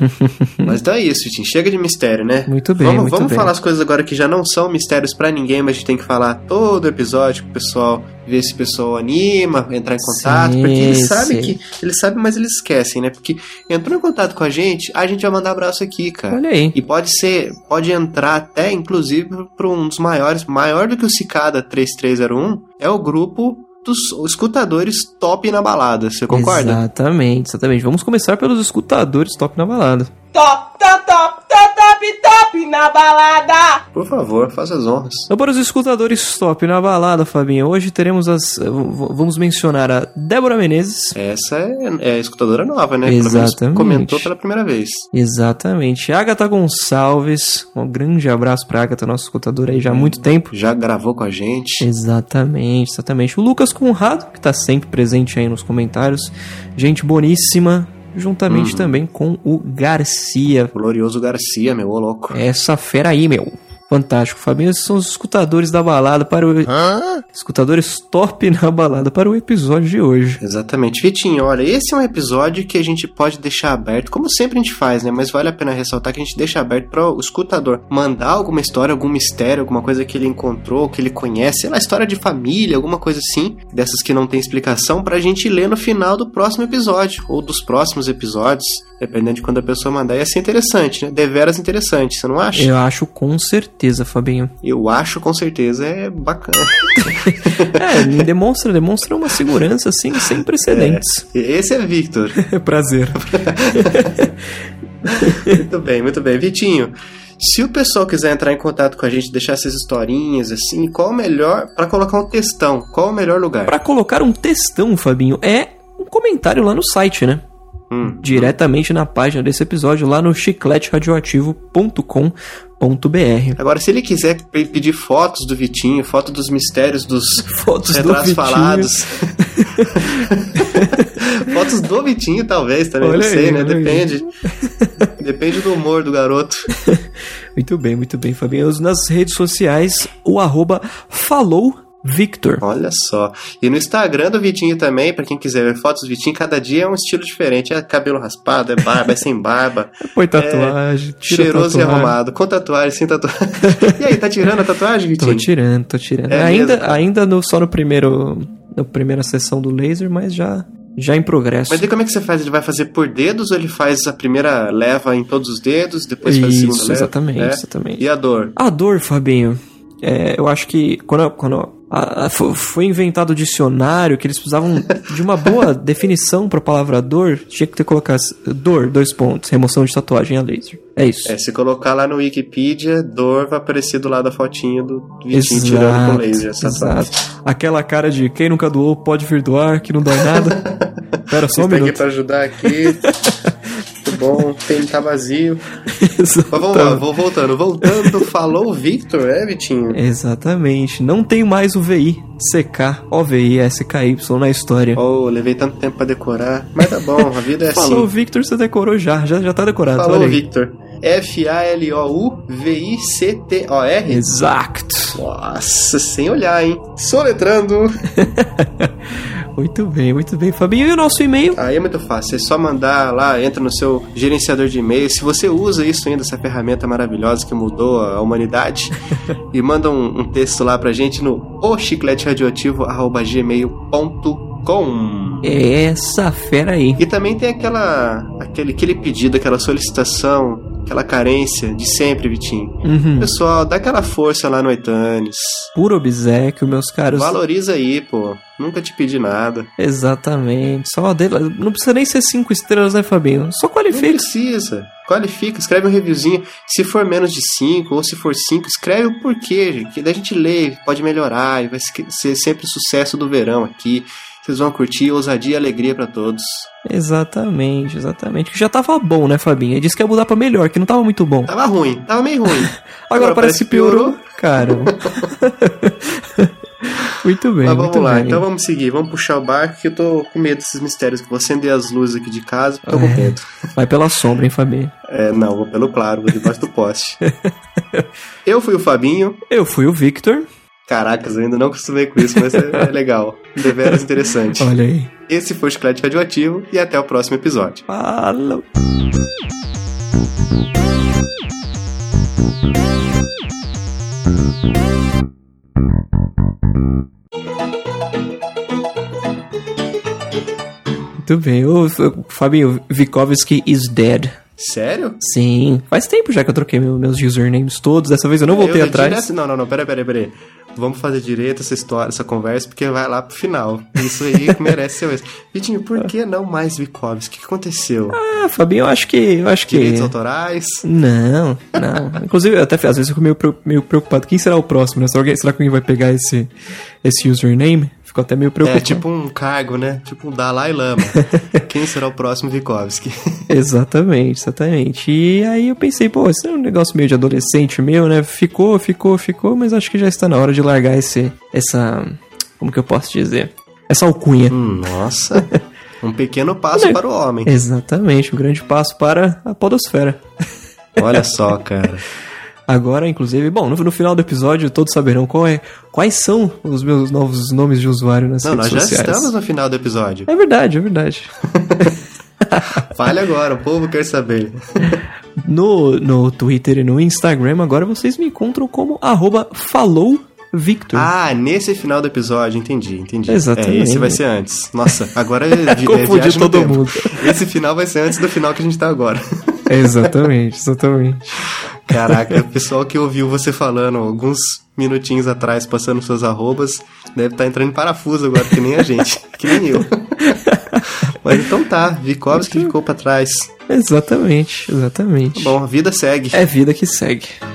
Speaker 2: mas então é isso, Tim. Chega de mistério, né?
Speaker 1: Muito bem,
Speaker 2: Vamos,
Speaker 1: muito
Speaker 2: vamos
Speaker 1: bem.
Speaker 2: falar as coisas agora que já não são mistérios pra ninguém, mas a gente tem que falar todo episódio pro pessoal, ver se o pessoal anima, entrar em contato,
Speaker 1: Sim,
Speaker 2: porque eles sabem
Speaker 1: sim.
Speaker 2: que. Eles sabem, mas eles esquecem, né? Porque entrou em contato com a gente, a gente vai mandar abraço aqui, cara.
Speaker 1: Olha aí.
Speaker 2: E pode ser, pode entrar até, inclusive, para um dos maiores, maior do que o Cicada 3301, é o grupo dos escutadores top na balada. Você concorda?
Speaker 1: Exatamente, exatamente. Vamos começar pelos escutadores top na balada.
Speaker 7: Top, top, top, top, top, top na balada.
Speaker 2: Por favor, faça as honras.
Speaker 1: Então, para os escutadores top na balada, Fabinho, hoje teremos as. eh, v- v- Vamos mencionar a Débora Menezes.
Speaker 2: Essa é, é escutadora nova, né? Pelo menos
Speaker 1: Exatamente.
Speaker 2: Comentou pela primeira vez.
Speaker 1: Exatamente. Agatha Gonçalves. Um grande abraço pra Agatha, nosso escutador aí já há muito tempo.
Speaker 2: Já gravou com a gente.
Speaker 1: Exatamente, exatamente. O Lucas Conrado, que tá sempre presente aí nos comentários. Gente boníssima. Juntamente também com o Garcia.
Speaker 2: O Glorioso Garcia, meu, ô louco.
Speaker 1: Essa fera aí, meu. Fantástico, Fabinho. Esses são os escutadores da balada para o. Escutadores top na balada para o episódio de hoje.
Speaker 2: Exatamente. Vitinho, olha, esse é um episódio que a gente pode deixar aberto, como sempre a gente faz, né? Mas vale a pena ressaltar que a gente deixa aberto para o escutador mandar alguma história, algum mistério, alguma coisa que ele encontrou, que ele conhece, sei lá, história de família, alguma coisa assim, dessas que não tem explicação, pra gente ler no final do próximo episódio, ou dos próximos episódios, dependendo de quando a pessoa mandar. Ia ser interessante, né? Deveras interessante, você não acha?
Speaker 1: Eu acho com certeza, Fabinho.
Speaker 2: Eu acho com certeza é bacana.
Speaker 1: É, demonstra, demonstra uma segurança assim sem precedentes.
Speaker 2: Esse é Victor.
Speaker 1: É prazer.
Speaker 2: muito bem, muito bem. Vitinho, se o pessoal quiser entrar em contato com a gente, deixar essas historinhas assim, qual o melhor. Pra colocar um textão, qual o melhor lugar?
Speaker 1: Pra colocar um textão, Fabinho, é um comentário lá no site, né?
Speaker 2: Hum.
Speaker 1: Diretamente na página desse episódio lá no chicleteradioativo.com.br.
Speaker 2: Agora, se ele quiser pe- pedir fotos do Vitinho, foto dos mistérios dos
Speaker 1: Fotos do
Speaker 2: retratos
Speaker 1: Vitinho.
Speaker 2: falados. fotos do Vitinho, talvez, também.
Speaker 1: Olha
Speaker 2: não sei,
Speaker 1: aí,
Speaker 2: né?
Speaker 1: olha aí.
Speaker 2: Depende. Depende do humor do garoto.
Speaker 1: Muito bem, muito bem, Fabinho. Nas redes sociais, o arroba FalouVictor.
Speaker 2: Olha só. E no Instagram do Vitinho também, pra quem quiser ver fotos do Vitinho, cada dia é um estilo diferente. É cabelo raspado, é barba, é sem barba.
Speaker 1: Põe tatuagem, tira
Speaker 2: cheiroso e
Speaker 1: tatuagem.
Speaker 2: arrumado. Com tatuagem, sem tatuagem. e aí, tá tirando a tatuagem,
Speaker 1: Tô
Speaker 2: Vitinho?
Speaker 1: tirando, tô tirando.
Speaker 2: É mesmo?
Speaker 1: ainda ainda no, só no primeiro. Na primeira sessão do laser, mas já, já em progresso.
Speaker 2: Mas e como é que você faz? Ele vai fazer por dedos ou ele faz a primeira leva em todos os dedos, depois faz a segunda
Speaker 1: Isso,
Speaker 2: leva?
Speaker 1: exatamente,
Speaker 2: É.
Speaker 1: exatamente.
Speaker 2: E a dor?
Speaker 1: A dor, Fabinho, é, eu acho que quando, quando a- a- fo- foi inventado o dicionário, que eles precisavam de uma boa definição pra palavra dor, tinha que ter colocado dor, dois pontos, remoção de tatuagem a laser. É isso.
Speaker 2: É, se colocar lá no Wikipedia, dor vai aparecer do lado da fotinha do Vitinho
Speaker 1: Exato,
Speaker 2: tirando com laser. Essa tatuagem.
Speaker 1: exato. Aquela cara de quem nunca doou pode vir doar, que não dói nada. Pera só um
Speaker 2: Vocês têm aqui
Speaker 1: minuto.
Speaker 2: pra ajudar aqui. Muito bom, o pênis tá vazio.
Speaker 1: Exatamente.
Speaker 2: Mas vamos lá, vou voltando. Voltando, falou o Victor, é, Vitinho?
Speaker 1: Exatamente. Não tem mais o VI, CK, OVI, SKY na história.
Speaker 2: Oh, levei tanto tempo pra decorar. Mas tá bom, a vida é assim.
Speaker 1: Falou, Victor, você decorou já. Já, já tá decorado.
Speaker 2: Falou
Speaker 1: olha aí.
Speaker 2: Victor. F-A-L-O-U-V-I-C-T-O-R?
Speaker 1: Exato.
Speaker 2: Nossa, sem olhar, hein? Soletrando.
Speaker 1: Muito bem, muito bem, Fabinho. E o nosso e-mail?
Speaker 2: Aí é muito fácil, é só mandar lá, entra no seu gerenciador de e-mail. Se você usa isso ainda, essa ferramenta maravilhosa que mudou a humanidade, e manda um, um texto lá pra gente no ochicleteradioativo.gmail.com.
Speaker 1: É essa fera aí.
Speaker 2: E também tem aquela, aquele, aquele pedido, aquela solicitação, aquela carência de sempre, Vitinho.
Speaker 1: Uhum.
Speaker 2: Pessoal, dá aquela força lá no iTunes.
Speaker 1: Puro obsequio, meus caros.
Speaker 2: Valoriza aí, pô. Nunca te pedi nada.
Speaker 1: Exatamente. Só de... Não precisa nem ser cinco estrelas, né, Fabinho? Só
Speaker 2: Não
Speaker 1: qualifica.
Speaker 2: precisa. Qualifica, escreve um reviewzinho. Se for menos de 5 ou se for 5, escreve o porquê, gente. Que daí a gente lê, pode melhorar e vai se- ser sempre sucesso do verão aqui. Vocês vão curtir ousadia e alegria pra todos.
Speaker 1: Exatamente, exatamente. Que já tava bom, né, Fabinho? Ele disse que ia mudar pra melhor, que não tava muito bom.
Speaker 2: Tava ruim, tava meio ruim.
Speaker 1: Agora, parece que piorou. Caramba. muito bem,
Speaker 2: Mas
Speaker 1: muito
Speaker 2: vamos lá,
Speaker 1: bem.
Speaker 2: então vamos seguir, vamos puxar o barco que eu tô com medo desses mistérios. que Vou acender as luzes aqui de casa, tô com
Speaker 1: É.
Speaker 2: medo.
Speaker 1: Vai pela sombra, hein, Fabinho?
Speaker 2: É, não, vou pelo claro, vou debaixo do poste. eu fui o Fabinho.
Speaker 1: Eu fui o Victor.
Speaker 2: Caracas, eu ainda não acostumei com isso, mas é é legal. Deveras interessante.
Speaker 1: Olha aí.
Speaker 2: Esse foi o Chiclete Radioativo e até o próximo episódio.
Speaker 1: Fala. Muito bem. Ô, F- Fabinho, Vikovski is dead.
Speaker 2: Sério?
Speaker 1: Sim. Faz tempo já que eu troquei meu- meus usernames todos. Dessa vez eu não voltei
Speaker 2: É, Eu- né? eu
Speaker 1: atrás.
Speaker 2: direto- Não, não, não, peraí, peraí, peraí. Vamos fazer direito essa história, essa conversa, porque vai lá pro final. Isso aí que merece ser mesmo. Vitinho, por que não mais Vikovski? O que aconteceu?
Speaker 1: Ah, é. Fabinho, eu acho que. Eu acho que.
Speaker 2: Direitos autorais?
Speaker 1: Não, não. Inclusive, eu até às vezes fico meio, pre- meio preocupado. Quem será o próximo, né? Será, alguém, será que alguém vai pegar esse, esse username? Fico até meio
Speaker 2: É
Speaker 1: preocupado.
Speaker 2: tipo um cargo, né? Tipo um Dalai Lama. Quem será o próximo Vikovski?
Speaker 1: Exatamente, exatamente. E aí eu pensei, pô, isso é um negócio meio de adolescente meu, né? Ficou, ficou, ficou, mas acho que já está na hora de largar esse. Essa. Como que eu posso dizer? Essa alcunha.
Speaker 2: Hum, Nossa. Um pequeno
Speaker 1: Né?
Speaker 2: passo para o homem.
Speaker 1: Exatamente, um grande passo para a podosfera.
Speaker 2: Olha só, cara.
Speaker 1: Agora, inclusive, bom, no, no final do episódio todos saberão qual é, quais são os meus novos nomes de usuário nas
Speaker 2: Não,
Speaker 1: redes
Speaker 2: nós já
Speaker 1: sociais.
Speaker 2: estamos no final do episódio.
Speaker 1: É verdade, é verdade.
Speaker 2: Fale agora, o povo quer saber.
Speaker 1: Hum. No, no Twitter e no Instagram, agora vocês me encontram como arroba falouVictor.
Speaker 2: Ah, nesse final do episódio, entendi, entendi.
Speaker 1: Exatamente.
Speaker 2: É, esse vai ser antes. Nossa, agora é, vi- é
Speaker 1: Confundi
Speaker 2: viagem no
Speaker 1: todo
Speaker 2: tempo.
Speaker 1: mundo.
Speaker 2: Esse final vai ser antes do final que a gente tá agora.
Speaker 1: Exatamente, exatamente.
Speaker 2: Caraca, o pessoal que ouviu você falando alguns minutinhos atrás, passando suas arrobas, deve estar entrando em parafuso agora, que nem a gente, que nem eu. Mas então tá, Vikovski ficou pra trás. Tá
Speaker 1: Exatamente, exatamente.
Speaker 2: Bom, a vida segue.
Speaker 1: É vida que segue.